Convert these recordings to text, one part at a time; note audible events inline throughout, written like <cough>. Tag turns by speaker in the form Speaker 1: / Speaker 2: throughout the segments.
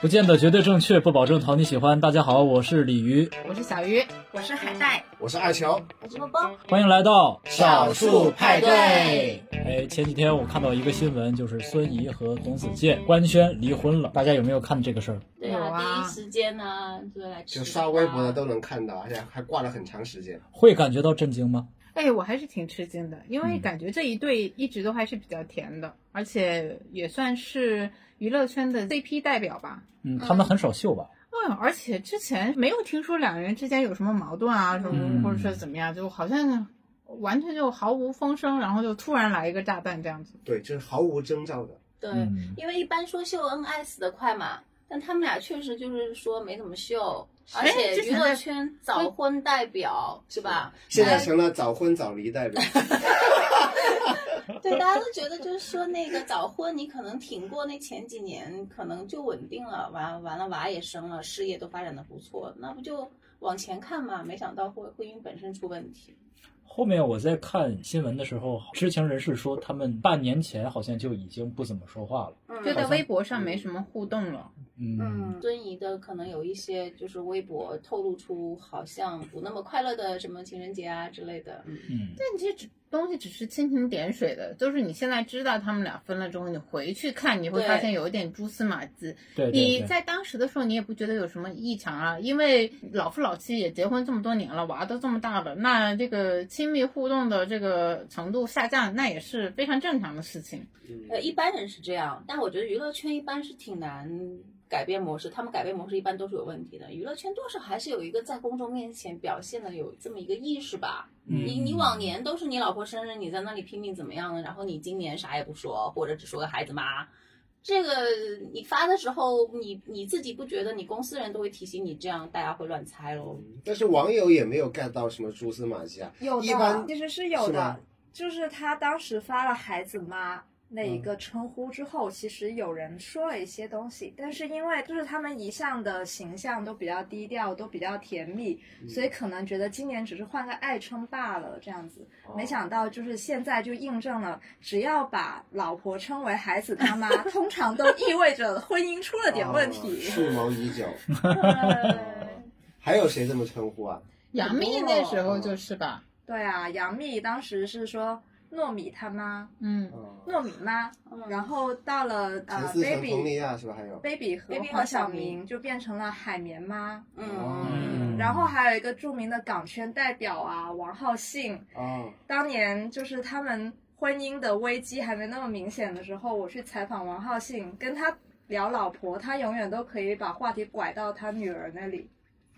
Speaker 1: 不见得绝对正确，不保证讨你喜欢。大家好，我是鲤鱼，
Speaker 2: 我是小鱼，
Speaker 3: 我是海带，
Speaker 4: 我是艾乔，
Speaker 5: 我是波波。
Speaker 1: 欢迎来到
Speaker 6: 少数派对。
Speaker 1: 哎，前几天我看到一个新闻，就是孙怡和董子健官宣离婚了，大家有没有看这个事儿？
Speaker 6: 对啊，第一时间呢就来吃。
Speaker 4: 就刷微博的都能看到，而且还挂了很长时间。
Speaker 1: 会感觉到震惊吗？
Speaker 2: 哎，我还是挺吃惊的，因为
Speaker 6: 嗯
Speaker 2: 感觉这一对一直都还是比较甜的，而且也算是娱乐圈的 CP 代表吧。
Speaker 1: 嗯，他们很少秀吧？
Speaker 2: 嗯，而且之前没有听说两人之间有什么矛盾啊，什么、
Speaker 1: 嗯
Speaker 2: 或者是怎么样，就好像完全就毫无风声，然后就突然来一个炸弹这样子。
Speaker 4: 对，就是毫无征兆的。
Speaker 6: 对，
Speaker 1: 嗯
Speaker 6: 因为一般说秀恩爱死得快嘛，但他们俩确实就是说没怎么秀，而
Speaker 2: 谁
Speaker 6: 且
Speaker 2: 之
Speaker 6: 娱
Speaker 2: 前
Speaker 6: 乐
Speaker 2: 在
Speaker 6: 圈早婚代表是吧？
Speaker 4: 现在成了早婚早离代表，
Speaker 6: 对，大家都觉得就是说那个早婚，你可能挺过那前几年，可能就稳定了，完完了娃也生了，事业都发展的不错，那不就往前看嘛？没想到婚婚姻本身出问题，
Speaker 1: 后面我在看新闻的时候，知情人士说他们半年前好像就已经不怎么说话了。
Speaker 6: 嗯
Speaker 2: 就在微博上没什么互动了。
Speaker 1: 嗯，
Speaker 6: 嗯，遵义的可能有一些就是微博透露出好像不那么快乐的什么情人节啊之类的，嗯，
Speaker 1: 嗯，
Speaker 2: 但这只东西只是蜻蜓点水的，就是你现在知道他们俩分了之后，你回去看，你会
Speaker 6: 对
Speaker 2: 发现有一点蛛丝马迹。
Speaker 1: 对对
Speaker 2: 你
Speaker 1: 对，
Speaker 2: 在当时的时候，你也不觉得有什么异常啊，因为老夫老妻也结婚这么多年了，娃都这么大了，那这个亲密互动的这个程度下降，那也是非常正常的事情。
Speaker 4: 嗯
Speaker 6: 呃，一般人是这样，但我觉得娱乐圈一般是挺难改变模式，他们改变模式一般都是有问题的。娱乐圈多少还是有一个在公众面前表现的有这么一个意识吧。
Speaker 1: 嗯
Speaker 6: 你你往年都是你老婆生日你在那里拼命怎么样呢？然后你今年啥也不说，或者只说个孩子妈。这个你发的时候，你你自己不觉得，你公司人都会提醒你，这样大家会乱猜喽。
Speaker 4: 但是网友也没有 get 到什么蛛丝马迹啊。
Speaker 3: 有
Speaker 4: 一般
Speaker 3: 的，其实是有
Speaker 4: 是
Speaker 3: 的
Speaker 4: 吗，
Speaker 3: 就是他当时发了“孩子妈”那
Speaker 4: 嗯
Speaker 3: 一个称呼之后，其实有人说了一些东西，但是因为就是他们一向的形象都比较低调，都比较甜蜜，
Speaker 4: 嗯
Speaker 3: 所以可能觉得今年只是换个爱称罢了这样子。
Speaker 4: 哦
Speaker 3: 没想到就是现在就印证了，只要把老婆称为孩子
Speaker 4: <laughs>
Speaker 3: 他妈，通常都意味着婚姻出了点问
Speaker 4: 哦
Speaker 3: 题。
Speaker 4: 蓄谋已久。
Speaker 3: 对
Speaker 4: 还有谁这么称呼啊？
Speaker 2: 杨幂那时候就是吧，
Speaker 3: 对啊，杨幂当时是说糯米他妈。
Speaker 1: <laughs>
Speaker 2: 嗯，
Speaker 4: 哦
Speaker 3: 糯米妈，
Speaker 6: 嗯
Speaker 3: 然后到了
Speaker 4: 陈
Speaker 3: 呃
Speaker 4: 思诚、佟
Speaker 3: baby
Speaker 4: 丽娅是吧？还有
Speaker 3: baby 和
Speaker 6: Baby
Speaker 3: 黄
Speaker 6: 和小
Speaker 3: 晓
Speaker 6: 明
Speaker 3: 明就变成了海绵妈，
Speaker 6: 嗯，
Speaker 1: 嗯
Speaker 3: 然后还有一个著名的港圈代表啊，王浩信，
Speaker 4: 哦，
Speaker 3: 当年就是他们婚姻的危机还没那么明显的时候，我去采访王浩信，跟他聊老婆，他永远都可以把话题拐到他女儿那里，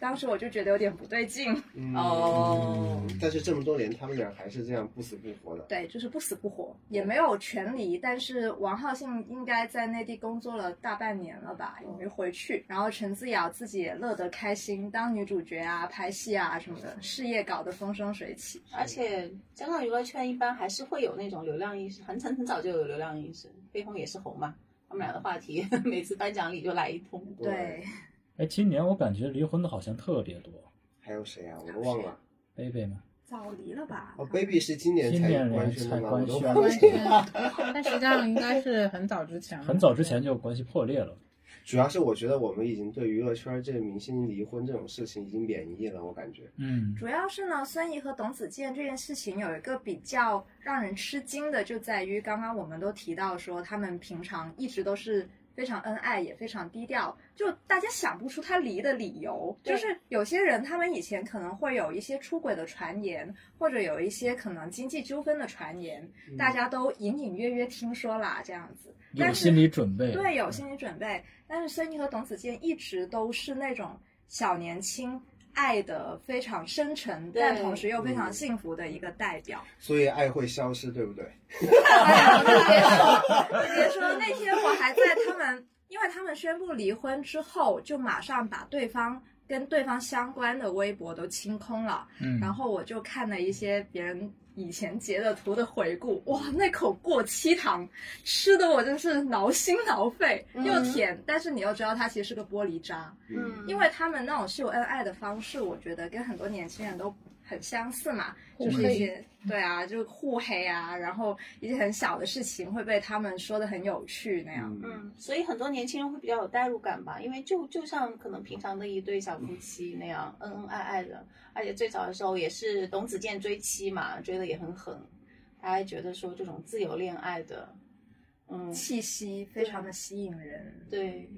Speaker 3: 当时我就觉得有点不对劲，
Speaker 4: 嗯
Speaker 6: 哦
Speaker 4: 但是这么多年，他们俩还是这样不死不活的。
Speaker 3: 对，就是不死不活，也没有全离，但是王浩信应该在内地工作了大半年了吧，也没回去。然后陈自瑶自己也乐得开心，当女主角啊，拍戏啊什么的，事业搞得风生水起。
Speaker 6: 而且香港娱乐圈一般还是会有那种流量意识，很很很早就有流量意识，飞鸿也是红嘛。他们俩的话题 <laughs> 每次颁奖礼就来一通。
Speaker 3: 对，
Speaker 1: 哎，今年我感觉离婚的好像特别多，
Speaker 4: 还有谁啊？我都忘了。
Speaker 1: 贝贝嘛，
Speaker 3: 早离了吧？
Speaker 4: 哦，baby 是今年
Speaker 1: 今
Speaker 4: 才
Speaker 1: 年
Speaker 4: 官
Speaker 1: 人
Speaker 4: 宣
Speaker 1: 才
Speaker 4: 的吗？我
Speaker 1: 官
Speaker 4: 都
Speaker 1: 宣
Speaker 4: 忘
Speaker 2: 但
Speaker 4: 了
Speaker 2: 是但实际上应该是很早之前了，
Speaker 1: <laughs> 很早之前就关系破裂了。
Speaker 4: 主要是我觉得我们已经对娱乐圈这明星离婚这种事情已经免疫了，我感觉。
Speaker 1: 嗯，
Speaker 3: 主要是呢，孙怡和董子健这件事情有一个比较让人吃惊的，就在于刚刚我们都提到说，他们平常一直都是非常恩爱，也非常低调，就大家想不出他离的理由。
Speaker 6: 对
Speaker 3: 就是有些人他们以前可能会有一些出轨的传言，或者有一些可能经济纠纷的传言，大家都隐隐约约听说啦，这样子。
Speaker 1: 嗯有
Speaker 3: 但
Speaker 1: 心
Speaker 3: 是
Speaker 1: 理准备。
Speaker 3: 对，有心理准备。但是孙怡和董子健一直都是那种小年轻爱的非常深沉，
Speaker 6: 对
Speaker 3: 但同时又非常
Speaker 4: 嗯
Speaker 3: 幸福的一个代表。 <laughs>
Speaker 4: 所以爱会消失，对不对？
Speaker 3: 比如说那天我还在他们，因为他们宣布离婚之后，就马上把对方。跟对方相关的微博都清空了，
Speaker 1: 嗯，
Speaker 3: 然后我就看了一些别人以前截的图的回顾，哇，那口过期糖吃的我真是挠心挠肺，又
Speaker 6: 嗯
Speaker 3: 甜，但是你又知道它其实是个玻璃渣，
Speaker 6: 嗯，
Speaker 3: 因为他们那种秀恩爱的方式，我觉得跟很多年轻人都很相似嘛，
Speaker 2: 互
Speaker 3: 就是
Speaker 2: 黑
Speaker 3: 一些对啊，就是互黑啊，然后一些很小的事情会被他们说的很有趣那样。
Speaker 4: 嗯，
Speaker 6: 嗯，所以很多年轻人会比较有代入感吧，因为就就像可能平常的一对小夫妻那样恩恩爱爱的，而且最早的时候也是董子健追妻嘛，追的也很狠，他还觉得说这种自由恋爱的，嗯，
Speaker 3: 气息非常的吸引人，
Speaker 6: 对，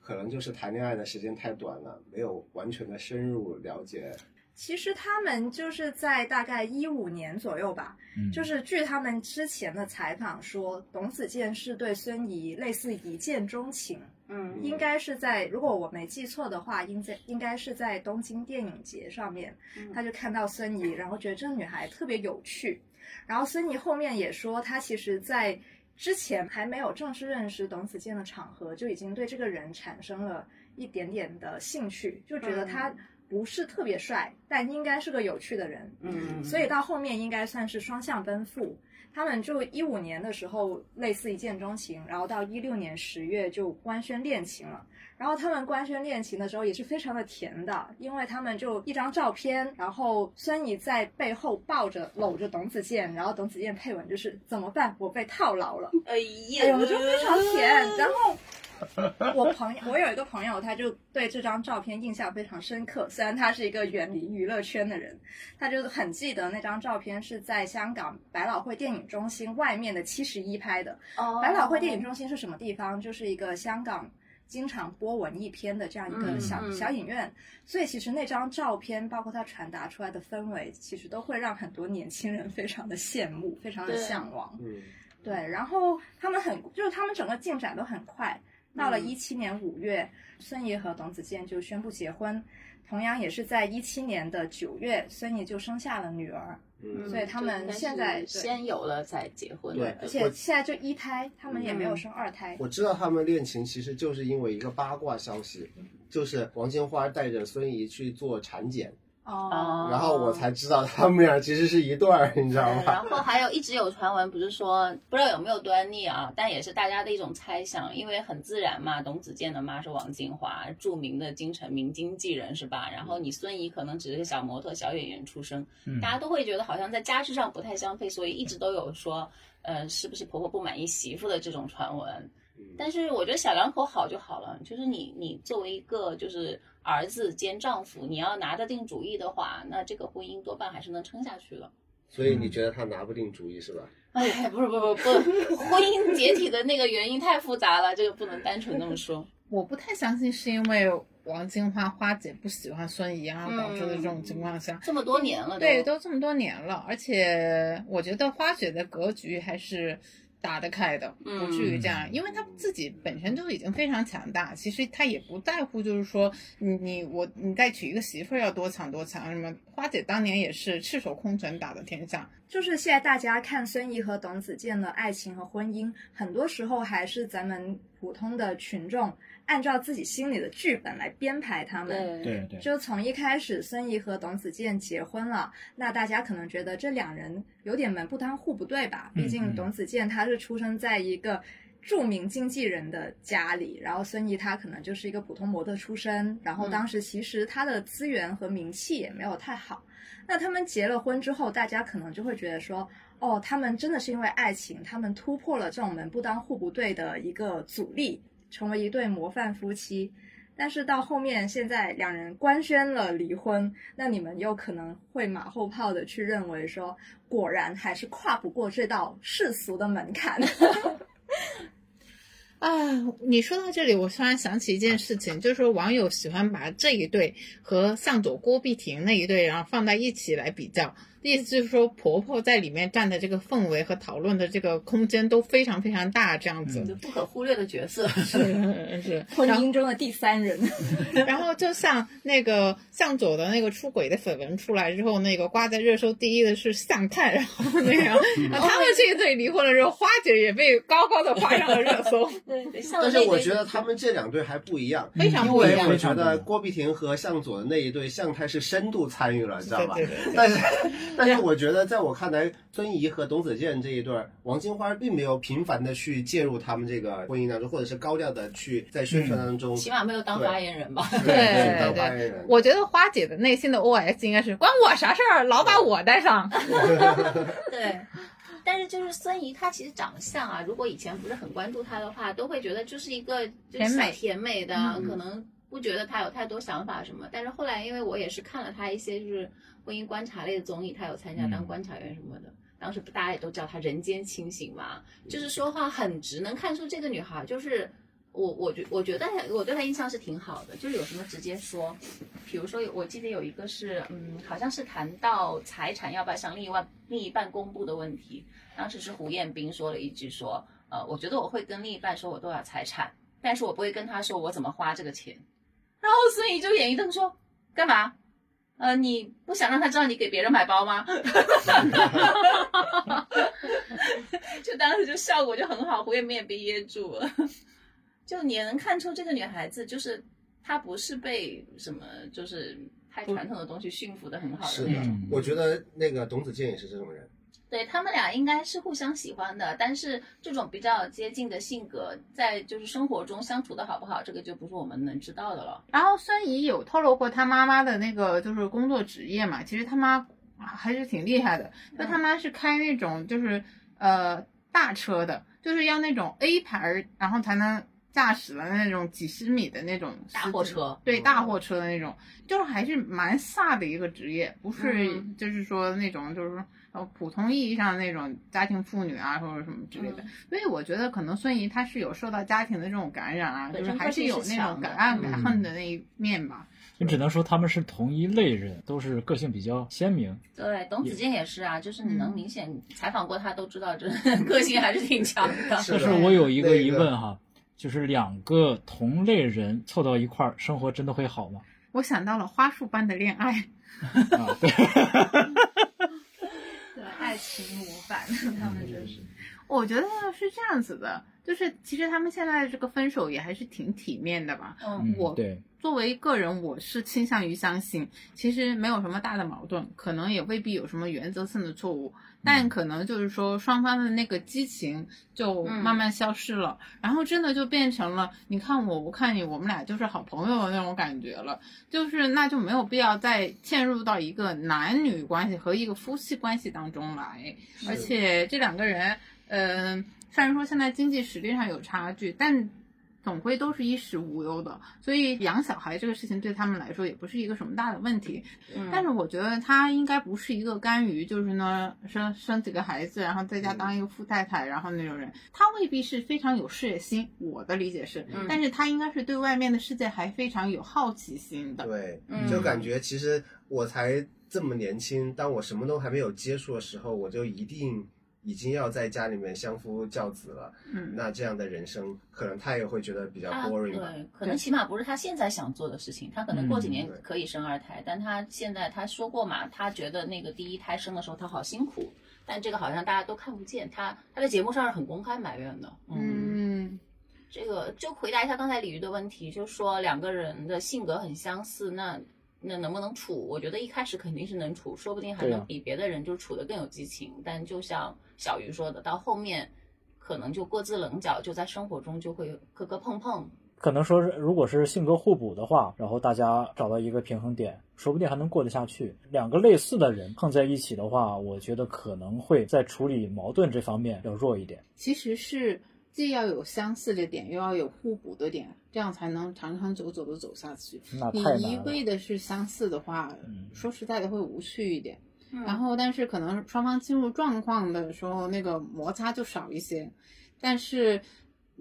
Speaker 4: 可能就是谈恋爱的时间太短了，没有完全的深入了解。
Speaker 3: 其实他们就是在大概一五年左右吧，
Speaker 1: 嗯，
Speaker 3: 就是据他们之前的采访说，董子健是对孙怡类似一见钟情，
Speaker 6: 嗯
Speaker 3: 应该是在如果我没记错的话，应在应该是在东京电影节上面，
Speaker 6: 嗯
Speaker 3: 他就看到孙怡，然后觉得这女孩特别有趣。然后孙怡后面也说，她其实在之前还没有正式认识董子健的场合，就已经对这个人产生了一点点的兴趣，就觉得他
Speaker 6: 嗯
Speaker 3: 不是特别帅，但应该是个有趣的人。
Speaker 6: 嗯，
Speaker 3: 所以到后面应该算是双向奔赴。他们就一五年的时候类似一见钟情，然后到一六年十月就官宣恋情了。然后他们官宣恋情的时候也是非常的甜的，因为他们就一张照片，然后孙怡在背后抱着搂着董子健，然后董子健配文就是怎么办，我被套牢了。
Speaker 6: 哎呀，
Speaker 3: 哎呦，我就非常甜。然后我朋友，我有一个朋友，他就对这张照片印象非常深刻。虽然他是一个远离娱乐圈的人，他就很记得那张照片是在香港百老汇电影中心外面的七十一拍的。
Speaker 6: 哦
Speaker 3: 百老汇电影中心是什么地方？就是一个香港。经常播文艺片的这样一个
Speaker 6: 嗯
Speaker 3: 小、
Speaker 6: 嗯
Speaker 3: 小影院，所以其实那张照片，包括它传达出来的氛围，其实都会让很多年轻人非常的羡慕，非常的
Speaker 6: 对
Speaker 3: 向往。
Speaker 4: 嗯，
Speaker 3: 对，然后他们很，就是他们整个进展都很快。到了
Speaker 6: 嗯
Speaker 3: 一七年五月，孙怡和董子健就宣布结婚。同样也是在一七年的九月，孙怡就生下了女儿，
Speaker 4: 嗯
Speaker 3: 所以他们
Speaker 6: 就应该是
Speaker 3: 现在对
Speaker 6: 先有了才结婚
Speaker 4: 对
Speaker 6: 的，
Speaker 3: 而
Speaker 4: 而
Speaker 3: 且现在就一胎，他们也没有
Speaker 6: 嗯
Speaker 3: 生二胎。
Speaker 4: 我知道他们恋情其实就是因为一个八卦消息，就是王金花带着孙怡去做产检，
Speaker 3: 哦，
Speaker 4: 然后我才知道他们俩其实是一对儿，你知道吗？
Speaker 6: 对
Speaker 4: <laughs>
Speaker 6: 然后还有一直有传闻，不是说不知道有没有端倪啊，但也是大家的一种猜想，因为很自然嘛，董子健的妈是王金花，著名的京城名经纪人是吧？然后你孙怡可能只是个小模特、小演员出身，
Speaker 1: 嗯
Speaker 6: 大家都会觉得好像在家世上不太相配，所以一直都有说，呃，是不是婆婆不满意媳妇的这种传闻。
Speaker 4: 嗯
Speaker 6: 但是我觉得小两口好就好了，就是你你作为一个就是儿子兼丈夫，你要拿得定主意的话，那这个婚姻多半还是能撑下去的。
Speaker 4: 所以你觉得他拿不定主意是吧？
Speaker 6: 哎，不是不是不是不，婚姻解体的那个原因太复杂了，这个不能单纯那么说。
Speaker 2: 我不太相信是因为王金花花姐不喜欢孙怡啊
Speaker 6: 嗯
Speaker 2: 导致的这种情况下。
Speaker 6: 这么多年了，
Speaker 2: 对，
Speaker 6: 都
Speaker 2: 都这么多年了，而且我觉得花姐的格局还是打得开的，
Speaker 6: 嗯
Speaker 2: 不至于这样，因为她自己本身就已经非常强大，其实她也不在乎，就是说你你我你再娶一个媳妇儿要多强多强什么。花姐当年也是赤手空拳打的天下，
Speaker 3: 就是现在大家看孙怡和董子健的爱情和婚姻，很多时候还是咱们普通的群众按照自己心里的剧本来编排他们。
Speaker 6: 对
Speaker 1: 对对，
Speaker 3: 就从一开始，孙怡和董子健结婚了，那大家可能觉得这两人有点门不当户不对吧？
Speaker 1: 嗯
Speaker 3: 毕竟董子健他是出生在一个著名经纪人的家里，然后孙怡她可能就是一个普通模特出身，
Speaker 1: 嗯
Speaker 3: 然后当时其实她的资源和名气也没有太好。那他们结了婚之后，大家可能就会觉得说，哦，他们真的是因为爱情，他们突破了这种门不当户不对的一个阻力，成为一对模范夫妻。但是到后面，现在两人官宣了离婚，那你们又可能会马后炮的去认为说，果然还是跨不过这道世俗的门槛。 <laughs>
Speaker 2: 啊，你说到这里，我突然想起一件事情，就是说网友喜欢把这一对和向佐郭碧婷那一对，然后放在一起来比较，意思就是说婆婆在里面占的这个氛围和讨论的这个空间都非常非常大，这样子。
Speaker 6: 就不可忽略的角色。
Speaker 2: 是 <laughs> 是，
Speaker 3: 婚姻中的第三 <laughs> 人，
Speaker 2: 然后就像那个向佐的那个出轨的绯闻出来之后，那个挂在热搜第一的是向太，然后那样，然 <laughs> 后他们这一对离婚了之后，花姐也被高高的挂上了热搜，
Speaker 3: 嗯
Speaker 6: 对对，像
Speaker 4: 但是
Speaker 6: 这一
Speaker 4: 我
Speaker 6: 对
Speaker 4: 觉得他们这两对还不一样。
Speaker 2: 非常
Speaker 4: 因
Speaker 2: 不一
Speaker 4: 为
Speaker 2: 样
Speaker 4: 我。觉得郭碧婷和向佐的那一对，向太是深度参与了，知道吧 <laughs>
Speaker 2: 对对对？
Speaker 4: 但是但是我觉得，在我看来，孙怡和董子健这一对儿，王金花并没有频繁的去介入他们这个婚姻当中，或者是高调的去在宣传当中，
Speaker 6: 起码没有当发言人吧？
Speaker 2: 对
Speaker 4: 对去当
Speaker 2: 嗯对
Speaker 4: 发言人。
Speaker 2: 我觉得花姐的内心的 OS 应该是关我啥事儿，老把我带上。
Speaker 6: <laughs> 对，但是就是孙怡，她其实长相啊，如果以前不是很关注她的话，都会觉得就是一个就是
Speaker 2: 甜美
Speaker 6: 小甜美的，
Speaker 2: 嗯
Speaker 6: 可能不觉得她有太多想法什么。但是后来，因为我也是看了她一些就是婚姻观察类的综艺，她有参加当
Speaker 1: 嗯
Speaker 6: 观察员什么的。当时不大家也都叫她人间清醒嘛，就是说话很直，能看出这个女孩就是我，我觉我觉得我对她印象是挺好的，就是有什么直接说。比如说有，我记得有一个是，嗯，好像是谈到财产要不要向另一半另一半公布的问题，当时是胡彦斌说了一句说，呃，我觉得我会跟另一半说我多少财产，但是我不会跟他说我怎么花这个钱。然后孙怡就眼一瞪说，干嘛？呃，你不想让他知道你给别人买包吗？ <laughs> 就当时就效果就很好，胡彦斌也被噎住了。 <laughs> 就你也能看出这个女孩子，就是她不是被什么就是太传统的东西驯服的很好
Speaker 4: 是
Speaker 6: 的
Speaker 4: 的
Speaker 6: 那种。
Speaker 1: 嗯，
Speaker 4: 我觉得那个董子健也是这种人。
Speaker 6: 对他们俩应该是互相喜欢的，但是这种比较接近的性格，在就是生活中相处的好不好，这个就不是我们能知道的了。
Speaker 2: <laughs> 然后孙怡有透露过她妈妈的那个就是工作职业嘛，其实她妈还是挺厉害的，就她妈是开那种就是呃大车的，就是要那种 A 牌儿，然后才能驾驶的那种几十米的那种
Speaker 6: 大货，车，嗯
Speaker 2: 对大货车的那种，就是还是蛮飒的一个职业，不是
Speaker 6: 嗯
Speaker 2: 就是说那种就是呃普通意义上的那种家庭妇女啊或者什么之
Speaker 6: 嗯
Speaker 2: 类的。所以我觉得可能孙怡她是有受到家庭的这种感染啊，
Speaker 6: 对
Speaker 2: 就是还是有那种敢
Speaker 6: 这
Speaker 2: 爱
Speaker 6: 个
Speaker 2: 敢
Speaker 4: 是
Speaker 2: 恨的那一面吧。
Speaker 1: 你只能说他们是同一类人，都是个性比较鲜明。
Speaker 6: 对，董子健也是啊，就是你能
Speaker 2: 嗯
Speaker 6: 明显采访过他，都知道这个 <laughs> 性还是挺强
Speaker 2: 嗯
Speaker 6: 的。
Speaker 4: 是
Speaker 1: 但
Speaker 4: 的
Speaker 1: 是我有一
Speaker 4: 那
Speaker 1: 个
Speaker 4: 个
Speaker 1: 疑问哈，就是两个同类人凑到一块儿，生活真的会好吗？
Speaker 2: 我想到了花束般的恋爱，
Speaker 1: <laughs>
Speaker 2: <laughs>
Speaker 1: 啊，对，
Speaker 3: 对，爱情模
Speaker 1: <laughs>
Speaker 3: 板，他们真是。
Speaker 2: 我觉得是这样子的，就是其实他们现在这个分手也还是挺体面的吧。
Speaker 6: 嗯
Speaker 1: 嗯
Speaker 2: 我
Speaker 1: 对，
Speaker 2: 作为个人，我是倾向于相信，其实没有什么大的矛盾，可能也未必有什么原则性的错误，但可能就是说双方的那个激情就慢慢消失了，然后真的就变成了你看我，我看你，我们俩就是好朋友的那种感觉了，就是那就没有必要再嵌入到一个男女关系和一个夫妻关系当中来，而且这两个人，嗯、虽然说现在经济实力上有差距，但总归都是衣食无忧的，所以养小孩这个事情对他们来说也不是一个什么大的问题。
Speaker 6: 嗯
Speaker 2: 但是我觉得他应该不是一个甘于就是呢生生几个孩子，然后在家当一个富太
Speaker 6: 嗯
Speaker 2: 太，然后那种人，他未必是非常有事业心。我的理解是，
Speaker 6: 嗯
Speaker 2: 但是他应该是对外面的世界还非常有好奇心的。
Speaker 4: 对，
Speaker 6: 嗯
Speaker 4: 就感觉其实我才这么年轻，当我什么都还没有接触的时候，我就一定已经要在家里面相夫教子了。
Speaker 2: 嗯，
Speaker 4: 那这样的人生，可能他也会觉得比较
Speaker 6: 他
Speaker 4: boring 吧。
Speaker 6: 啊对，可能起码不是他现在想做的事情，他可能
Speaker 1: 嗯
Speaker 6: 过几年
Speaker 4: 对
Speaker 6: 可以生二胎，但他现在他说过嘛，他觉得那个第一胎生的时候他好辛苦，但这个好像大家都看不见，他他在节目上是很公开埋怨的，
Speaker 2: 嗯，
Speaker 6: 这个就回答一下刚才李鱼的问题，就说两个人的性格很相似，那那能不能处？我觉得一开始肯定是能处，说不定还
Speaker 1: 对啊
Speaker 6: 能比别的人就处得更有激情。但就像小鱼说的，到后面可能就各自棱角，就在生活中就会磕磕碰碰。
Speaker 1: 可能说是如果是性格互补的话，然后大家找到一个平衡点，说不定还能过得下去。两个类似的人碰在一起的话，我觉得可能会在处理矛盾这方面要弱一点。
Speaker 2: 其实是既要有相似的点，又要有互补的点，这样才能长长久久的走下去。
Speaker 1: 那
Speaker 2: 你
Speaker 1: 太
Speaker 2: 一
Speaker 1: 难了。
Speaker 2: 味的是相似的话，
Speaker 1: 嗯
Speaker 2: 说实在的会无趣一点。
Speaker 6: 嗯
Speaker 2: 然后，但是可能双方进入状况的时候，那个摩擦就少一些。但是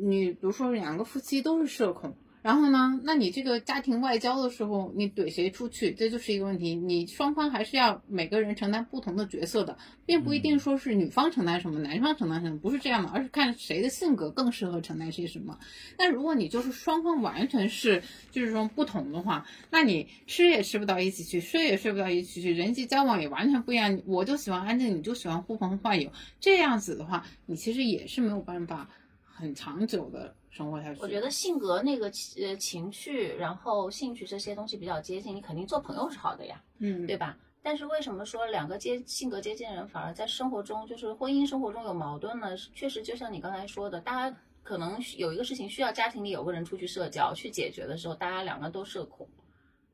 Speaker 2: 你比如说两个夫妻都是社恐，然后呢，那你这个家庭外交的时候，你怼谁出去，这就是一个问题。你双方还是要每个人承担不同的角色的，并不一
Speaker 6: 嗯
Speaker 2: 定说是女方承担什么，男方承担什么，不是这样的，而是看谁的性格更适合承担些什么。但如果你就是双方完全是就是说不同的话，那你吃也吃不到一起去，睡也睡不到一起去，人际交往也完全不一样。我就喜欢安静，你就喜欢呼朋唤友，这样子的话，你其实也是没有办法很长久的生活下去。
Speaker 6: 我觉得性格那个呃情趣，然后兴趣这些东西比较接近，你肯定做朋友是好的呀，
Speaker 2: 嗯，
Speaker 6: 对吧？但是为什么说两个接性格接近的人反而在生活中，就是婚姻生活中有矛盾呢？确实，就像你刚才说的，大家可能需有一个事情需要家庭里有个人出去社交去解决的时候，大家两个都社恐。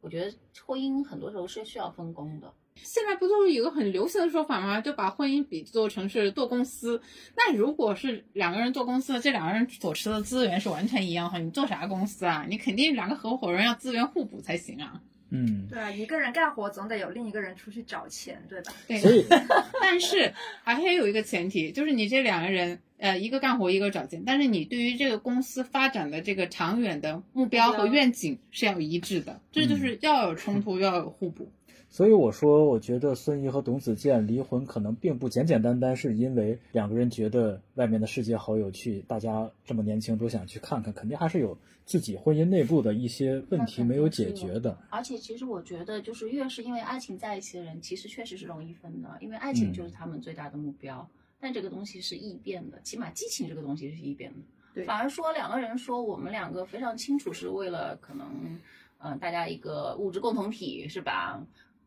Speaker 6: 我觉得婚姻很多时候是需要分工的。
Speaker 2: 现在不就是有个很流行的说法吗？就把婚姻比作成是做公司。那如果是两个人做公司，这两个人所持的资源是完全一样的话，你做啥公司啊？你肯定两个合伙人要资源互补才行啊。
Speaker 1: 嗯，
Speaker 3: 对啊，一个人干活总得有另一个人出去找钱， <laughs> 对吧？
Speaker 2: 对
Speaker 1: 所以
Speaker 2: 但是还还有一个前提，就是你这两个人，呃，一个干活，一个找钱，但是你对于这个公司发展的这个长远的目标和愿景是要一致的，这
Speaker 1: 嗯
Speaker 2: 就是要有冲突，要有互补。
Speaker 1: 所以我说，我觉得孙怡和董子健离婚可能并不简简单单是因为两个人觉得外面的世界好有趣，大家这么年轻都想去看看，肯定还是有自己婚姻内部的一些问题没有解决的。
Speaker 6: 而且其实我觉得，就是越是因为爱情在一起的人，其实确实是容易分的，因为爱情就是他们最大的目标。但这个东西是易变的，起码激情这个东西是易变的。
Speaker 2: 对
Speaker 6: 反而说两个人说我们两个非常清楚是为了可能，嗯、大家一个物质共同体是吧？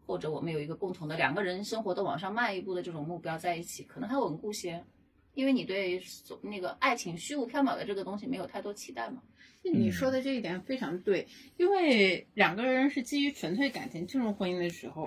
Speaker 6: 或者我们有一个共同的两个人生活的往上迈一步的这种目标在一起，可能还稳固些，因为你对所那个爱情虚无缥缈的这个东西没有太多期待嘛。
Speaker 2: 就你说的这一点非常对，因为两个人是基于纯粹感情进入婚姻的时候，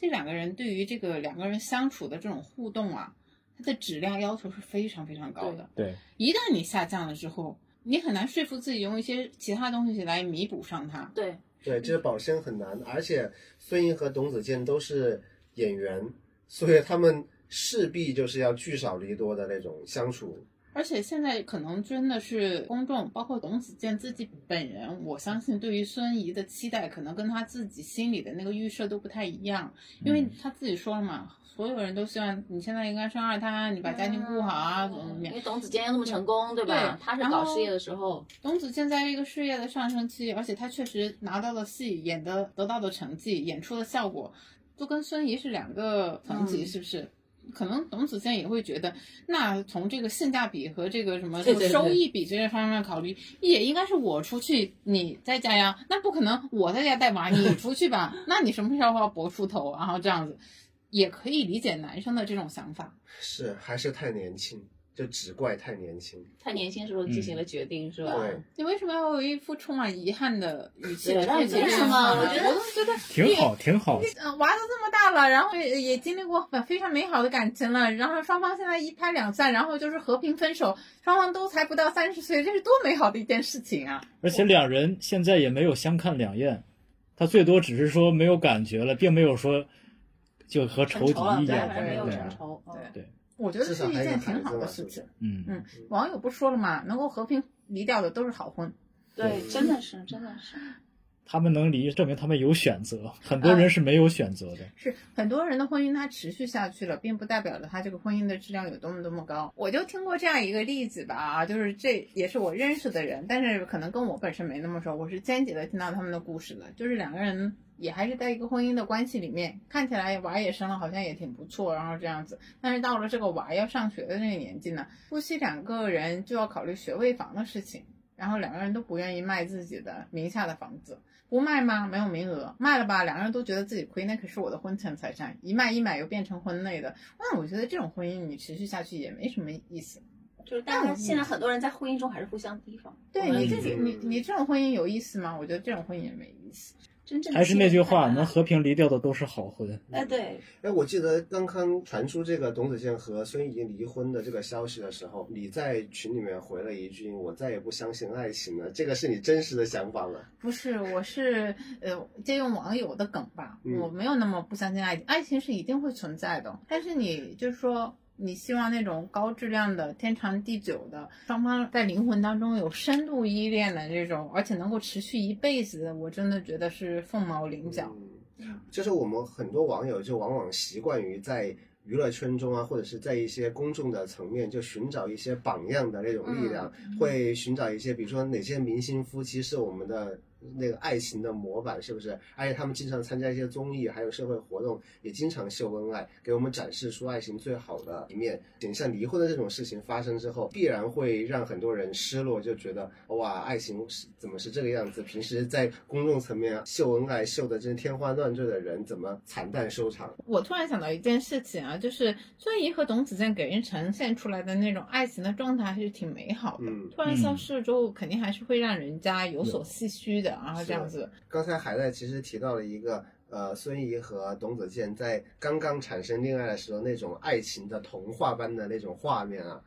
Speaker 2: 这两个人对于这个两个人相处的这种互动啊，它的质量要求是非常非常高的。
Speaker 1: 对，
Speaker 2: 一旦你下降了之后，你很难说服自己用一些其他东西来弥补上它。
Speaker 6: 对，
Speaker 4: 对，这保鲜很难，而且孙怡和董子健都是演员，所以他们势必就是要聚少离多的那种相处。
Speaker 2: 而且现在可能真的是公众，包括董子健自己本人，我相信对于孙怡的期待，可能跟他自己心里的那个预设都不太一样，因为他自己说了嘛，所有人都希望你现在应该生二胎，你把家庭顾好啊，怎么怎么
Speaker 6: 因
Speaker 2: 样。
Speaker 6: 为董子健又那么成功，对吧？
Speaker 2: 对
Speaker 6: 他是
Speaker 2: 然
Speaker 6: 搞
Speaker 2: 后
Speaker 6: 事业的时候，
Speaker 2: 董子健在这个事业的上升期，而且他确实拿到了戏，演的得到的成绩，演出的效果，都跟孙怡是两个层级，
Speaker 6: 嗯
Speaker 2: 是不是？可能董子健也会觉得，那从这个性价比和这个什么
Speaker 6: 对对对
Speaker 2: 收益比这些方面考虑，也应该是我出去，你在家呀。那不可能我在家带娃，
Speaker 6: <laughs>
Speaker 2: 你出去吧？那你什么时候要搏出头？啊然后这样子，也可以理解男生的这种想法。
Speaker 4: 是，还是太年轻，就只怪太年轻。
Speaker 6: 他年轻时候进行
Speaker 1: 嗯
Speaker 6: 了决定，是吧？
Speaker 4: 对，
Speaker 2: 你为什么要有一副充满遗憾的语气
Speaker 6: 对
Speaker 2: 来
Speaker 6: 那
Speaker 2: 对
Speaker 6: 你
Speaker 2: 这个
Speaker 6: 为
Speaker 2: 想
Speaker 6: 什
Speaker 2: 法
Speaker 6: 么
Speaker 2: 呢？
Speaker 6: 我觉得
Speaker 2: 我都觉得
Speaker 1: 挺好，挺好。
Speaker 2: 嗯，娃都这么大了，然后也也经历过很非常美好的感情了，然后双方现在一拍两散，然后就是和平分手，双方都才不到三十岁，这是多美好的一件事情啊！
Speaker 1: 而且两人现在也没有相看两厌，他最多只是说没有感觉了，并没有说就和
Speaker 6: 成
Speaker 1: 仇敌
Speaker 6: 仇了，
Speaker 1: 一
Speaker 6: 对，
Speaker 1: 眼
Speaker 6: 反正没有
Speaker 1: 对
Speaker 6: 成
Speaker 1: 啊。
Speaker 6: 仇。嗯
Speaker 2: 对我觉得是一件挺好的事情。
Speaker 1: 嗯，
Speaker 2: 嗯，网友不说了嘛，能够和平离掉的都是好婚。
Speaker 4: 嗯
Speaker 6: 对，真的是，真的是。
Speaker 1: 他们能离，证明他们有选择。很多人是没有选择的。
Speaker 2: 是很多人的婚姻它持续下去了，并不代表着他这个婚姻的质量有多么多么高。我就听过这样一个例子吧，啊，就是这也是我认识的人，但是可能跟我本身没那么熟，我是间接的听到他们的故事的，就是两个人。也还是在一个婚姻的关系里面，看起来娃也生了，好像也挺不错，然后这样子。但是到了这个娃要上学的那个年纪呢，夫妻两个人就要考虑学位房的事情，然后两个人都不愿意卖自己的名下的房子，不卖吗？没有名额，卖了吧，两个人都觉得自己亏，那可是我的婚前财产，一卖一买又变成婚内的。那我觉得这种婚姻你持续下去也没什么意思。
Speaker 6: 就是大家现在很多人在婚姻中还是互相提防。
Speaker 2: 对
Speaker 6: 我能
Speaker 2: 你
Speaker 6: 理
Speaker 2: 这
Speaker 6: 解
Speaker 2: 种你你这种婚姻有意思吗？我觉得这种婚姻也没意思。
Speaker 6: 真正的
Speaker 1: 还是那句话，
Speaker 6: 幸福感啊
Speaker 1: 能和平离掉的都是好婚。
Speaker 6: 哎，对，
Speaker 4: 哎，我记得刚刚传出这个董子健和孙怡离婚的这个消息的时候，你在群里面回了一句：“我再也不相信爱情了。”这个是你真实的想法吗？
Speaker 2: 不是，我是呃借用网友的梗吧，
Speaker 4: 嗯
Speaker 2: 我没有那么不相信爱情，爱情是一定会存在的，但是你就是说。你希望那种高质量的、天长地久的，双方在灵魂当中有深度依恋的这种，而且能够持续一辈子的，我真的觉得是凤毛麟角。
Speaker 4: 嗯，就是我们很多网友就往往习惯于在娱乐圈中啊，或者是在一些公众的层面，就寻找一些榜样的那种力量，会寻找一些，比如说哪些明星夫妻是我们的那个爱情的模板，是不是？而且他们经常参加一些综艺，还有社会活动，也经常秀恩爱，给我们展示出爱情最好的一面。像离婚的这种事情发生之后，必然会让很多人失落，就觉得哇，爱情是怎么是这个样子？平时在公众层面秀恩爱秀的真天花乱坠的人，怎么惨淡收场？
Speaker 2: 我突然想到一件事情啊，就是孙怡和董子健给人呈现出来的那种爱情的状态还是挺美好的，
Speaker 4: 嗯
Speaker 2: 突然消失之后，肯定还是会让人家有所唏嘘的，然后这样子。
Speaker 4: 刚才海带其实提到了一个，呃，孙怡和董子健在刚刚产生恋爱的时候那种爱情的童话般的那种画面啊。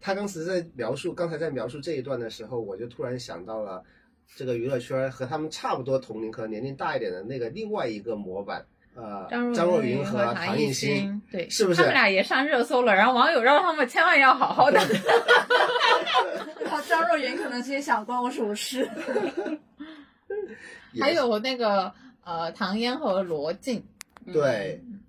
Speaker 4: 他当时在描述，刚才在描述这一段的时候，我就突然想到了这个娱乐圈和他们差不多同龄，可能年龄大一点的那个另外一个模板，呃，张
Speaker 2: 若
Speaker 4: 若昀
Speaker 2: 和
Speaker 4: 和唐
Speaker 2: 艺
Speaker 4: 艺昕，，
Speaker 2: 对，
Speaker 4: 是不是
Speaker 2: 他们俩也上热搜了，然后网友让他们千万要好好
Speaker 4: <laughs>
Speaker 2: 的。
Speaker 3: 然后哦张若昀可能心里想关我什么
Speaker 1: <laughs>
Speaker 3: 事？
Speaker 4: 也
Speaker 2: 还有那个呃，唐嫣和罗晋，
Speaker 4: 对，
Speaker 2: 嗯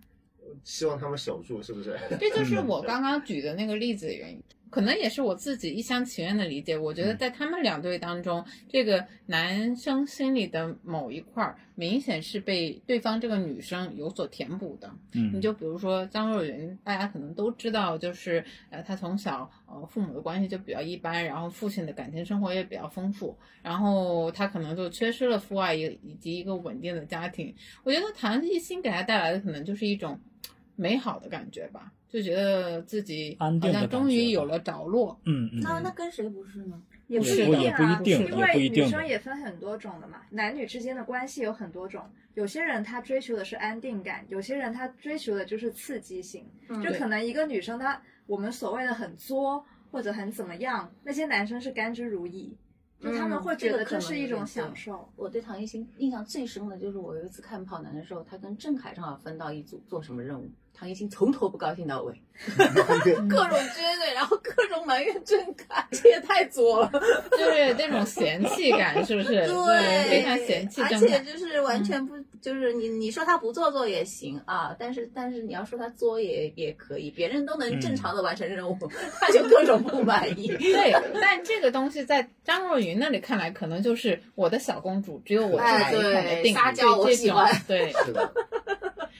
Speaker 4: 希望他们守住，是不
Speaker 2: <laughs>
Speaker 4: 是？
Speaker 2: 这就是我刚刚举的那个例子的原因。可能也是我自己一厢情愿的理解，我觉
Speaker 4: 嗯
Speaker 2: 得在他们两队当中，这个男生心里的某一块儿，明显是被对方这个女生有所填补的。
Speaker 1: 嗯，
Speaker 2: 你就比如说张若昀，大家可能都知道，就是呃，他从小呃父母的关系就比较一般，然后父亲的感情生活也比较丰富，然后他可能就缺失了父爱以以及一个稳定的家庭。我觉得唐艺昕给他带来的可能就是一种美好的感觉吧，就觉得自己
Speaker 1: 安定的
Speaker 2: 好像
Speaker 1: 感
Speaker 2: 终于
Speaker 1: 觉
Speaker 2: 有
Speaker 1: 吧
Speaker 2: 了着落。
Speaker 1: 嗯嗯，
Speaker 6: 那
Speaker 1: 嗯
Speaker 6: 那跟谁不是呢？
Speaker 3: 也
Speaker 2: 不是的
Speaker 3: 定
Speaker 2: 也
Speaker 1: 不
Speaker 3: 啊，
Speaker 1: 一定
Speaker 3: 因
Speaker 1: 也不一
Speaker 3: 为
Speaker 1: 定
Speaker 3: 女生
Speaker 1: 的
Speaker 3: 也分很多种的嘛，男女之间的关系有很多种。有些人他追求的是安定感，有些人他追求的就是刺激性。就
Speaker 6: 嗯
Speaker 2: 对
Speaker 3: 可能一个女生她我们所谓的很作或者很怎么样，那些男生是甘之如饴，就他们
Speaker 6: 嗯
Speaker 3: 会觉
Speaker 6: 这个
Speaker 3: 得
Speaker 6: 可
Speaker 3: 这
Speaker 6: 能
Speaker 3: 是
Speaker 6: 有
Speaker 3: 一
Speaker 6: 点
Speaker 3: 种享
Speaker 6: 对
Speaker 3: 受。
Speaker 6: 我对唐艺昕印象最深的就是我有一次看《跑男》的时候，他跟郑恺正好分到一组做什么任务，唐艺昕从头不高兴到尾，
Speaker 2: 嗯
Speaker 6: 各种撅嘴，然后各种埋怨郑恺，这也太作了。
Speaker 2: 就是那种嫌弃感，是不
Speaker 6: <laughs>
Speaker 2: 是？对，非常嫌弃嗯
Speaker 6: 而
Speaker 2: 郑
Speaker 6: 且
Speaker 2: 恺。
Speaker 6: 就是完全不，就是你你说他不做作也行啊，但是但是你要说他作也也可以，别人都能正常的
Speaker 2: 嗯
Speaker 6: 完成任务， <laughs> 他就各种不满意。 <laughs>
Speaker 2: 对，但这个东西在张若昀那里看来，可能就是我的小公主，只有我自
Speaker 6: 哎
Speaker 2: 己
Speaker 6: 对
Speaker 2: 才能定。
Speaker 6: 撒娇我
Speaker 2: 这
Speaker 6: 喜
Speaker 2: 种
Speaker 6: 欢。
Speaker 2: 对，
Speaker 4: 是的，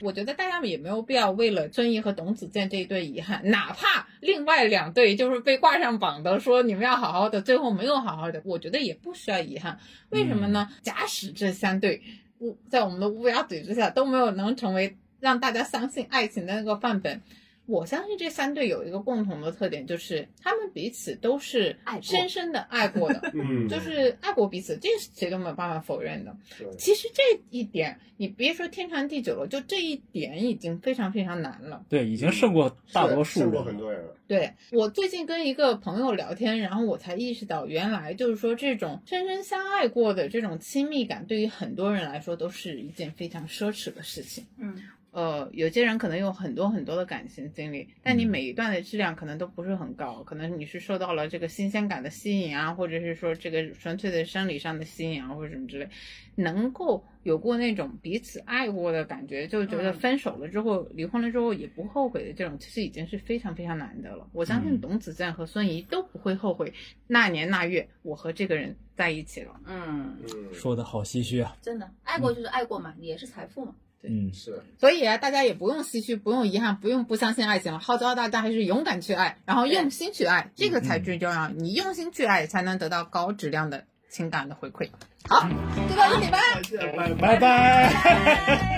Speaker 2: 我觉得大家也没有必要为了孙怡和董子健这一对遗憾，哪怕另外两对就是被挂上榜的，说你们要好好的，最后没有好好的，我觉得也不需要遗憾。为什么呢？
Speaker 6: 嗯
Speaker 2: 假使这三对乌在我们的乌鸦嘴之下都没有能成为让大家相信爱情的那个范本。我相信这三对有一个共同的特点，就是他们彼此都是
Speaker 6: 爱过
Speaker 2: 深深的爱过的，
Speaker 6: <laughs>
Speaker 4: 嗯，
Speaker 2: 就是爱过彼此，这是谁都没有办法否认的。
Speaker 4: 对
Speaker 2: 其实这一点，你别说天长地久了，就这一点已经非常非常难了。
Speaker 1: 对，已经胜过大多数
Speaker 4: 胜
Speaker 1: 人
Speaker 4: 过
Speaker 1: 了，
Speaker 4: 很多人了，
Speaker 2: 对我最近跟一个朋友聊天，然后我才意识到，原来就是说这种深深相爱过的这种亲密感，对于很多人来说都是一件非常奢侈的事情。
Speaker 6: 嗯，
Speaker 2: 呃，有些人可能有很多很多的感情经历，但你
Speaker 1: 嗯
Speaker 2: 每一段的质量可能都不是很高，可能你是受到了这个新鲜感的吸引啊，或者是说这个纯粹的生理上的吸引啊，或者什么之类，能够有过那种彼此爱过的感觉，就觉得
Speaker 6: 嗯
Speaker 2: 分手了之后、离婚了之后也不后悔的这种，其实已经是非常非常难得了。我相信
Speaker 1: 嗯
Speaker 2: 董子健和孙怡都不会后悔那年那月我和这个人在一起了。
Speaker 6: 嗯，
Speaker 4: 嗯，
Speaker 1: 说的好唏嘘啊，
Speaker 6: 真的，爱过就是爱过嘛，也是财富嘛。
Speaker 1: 嗯，
Speaker 4: 是。
Speaker 2: 所以啊，大家也不用唏嘘，不用遗憾，不用不相信爱情了。号召大家还是勇敢去爱，然后用心去爱，这个才最重要。你用心去爱，才能得到高质量的情感的回馈。好，就到这里吧。
Speaker 1: 拜拜。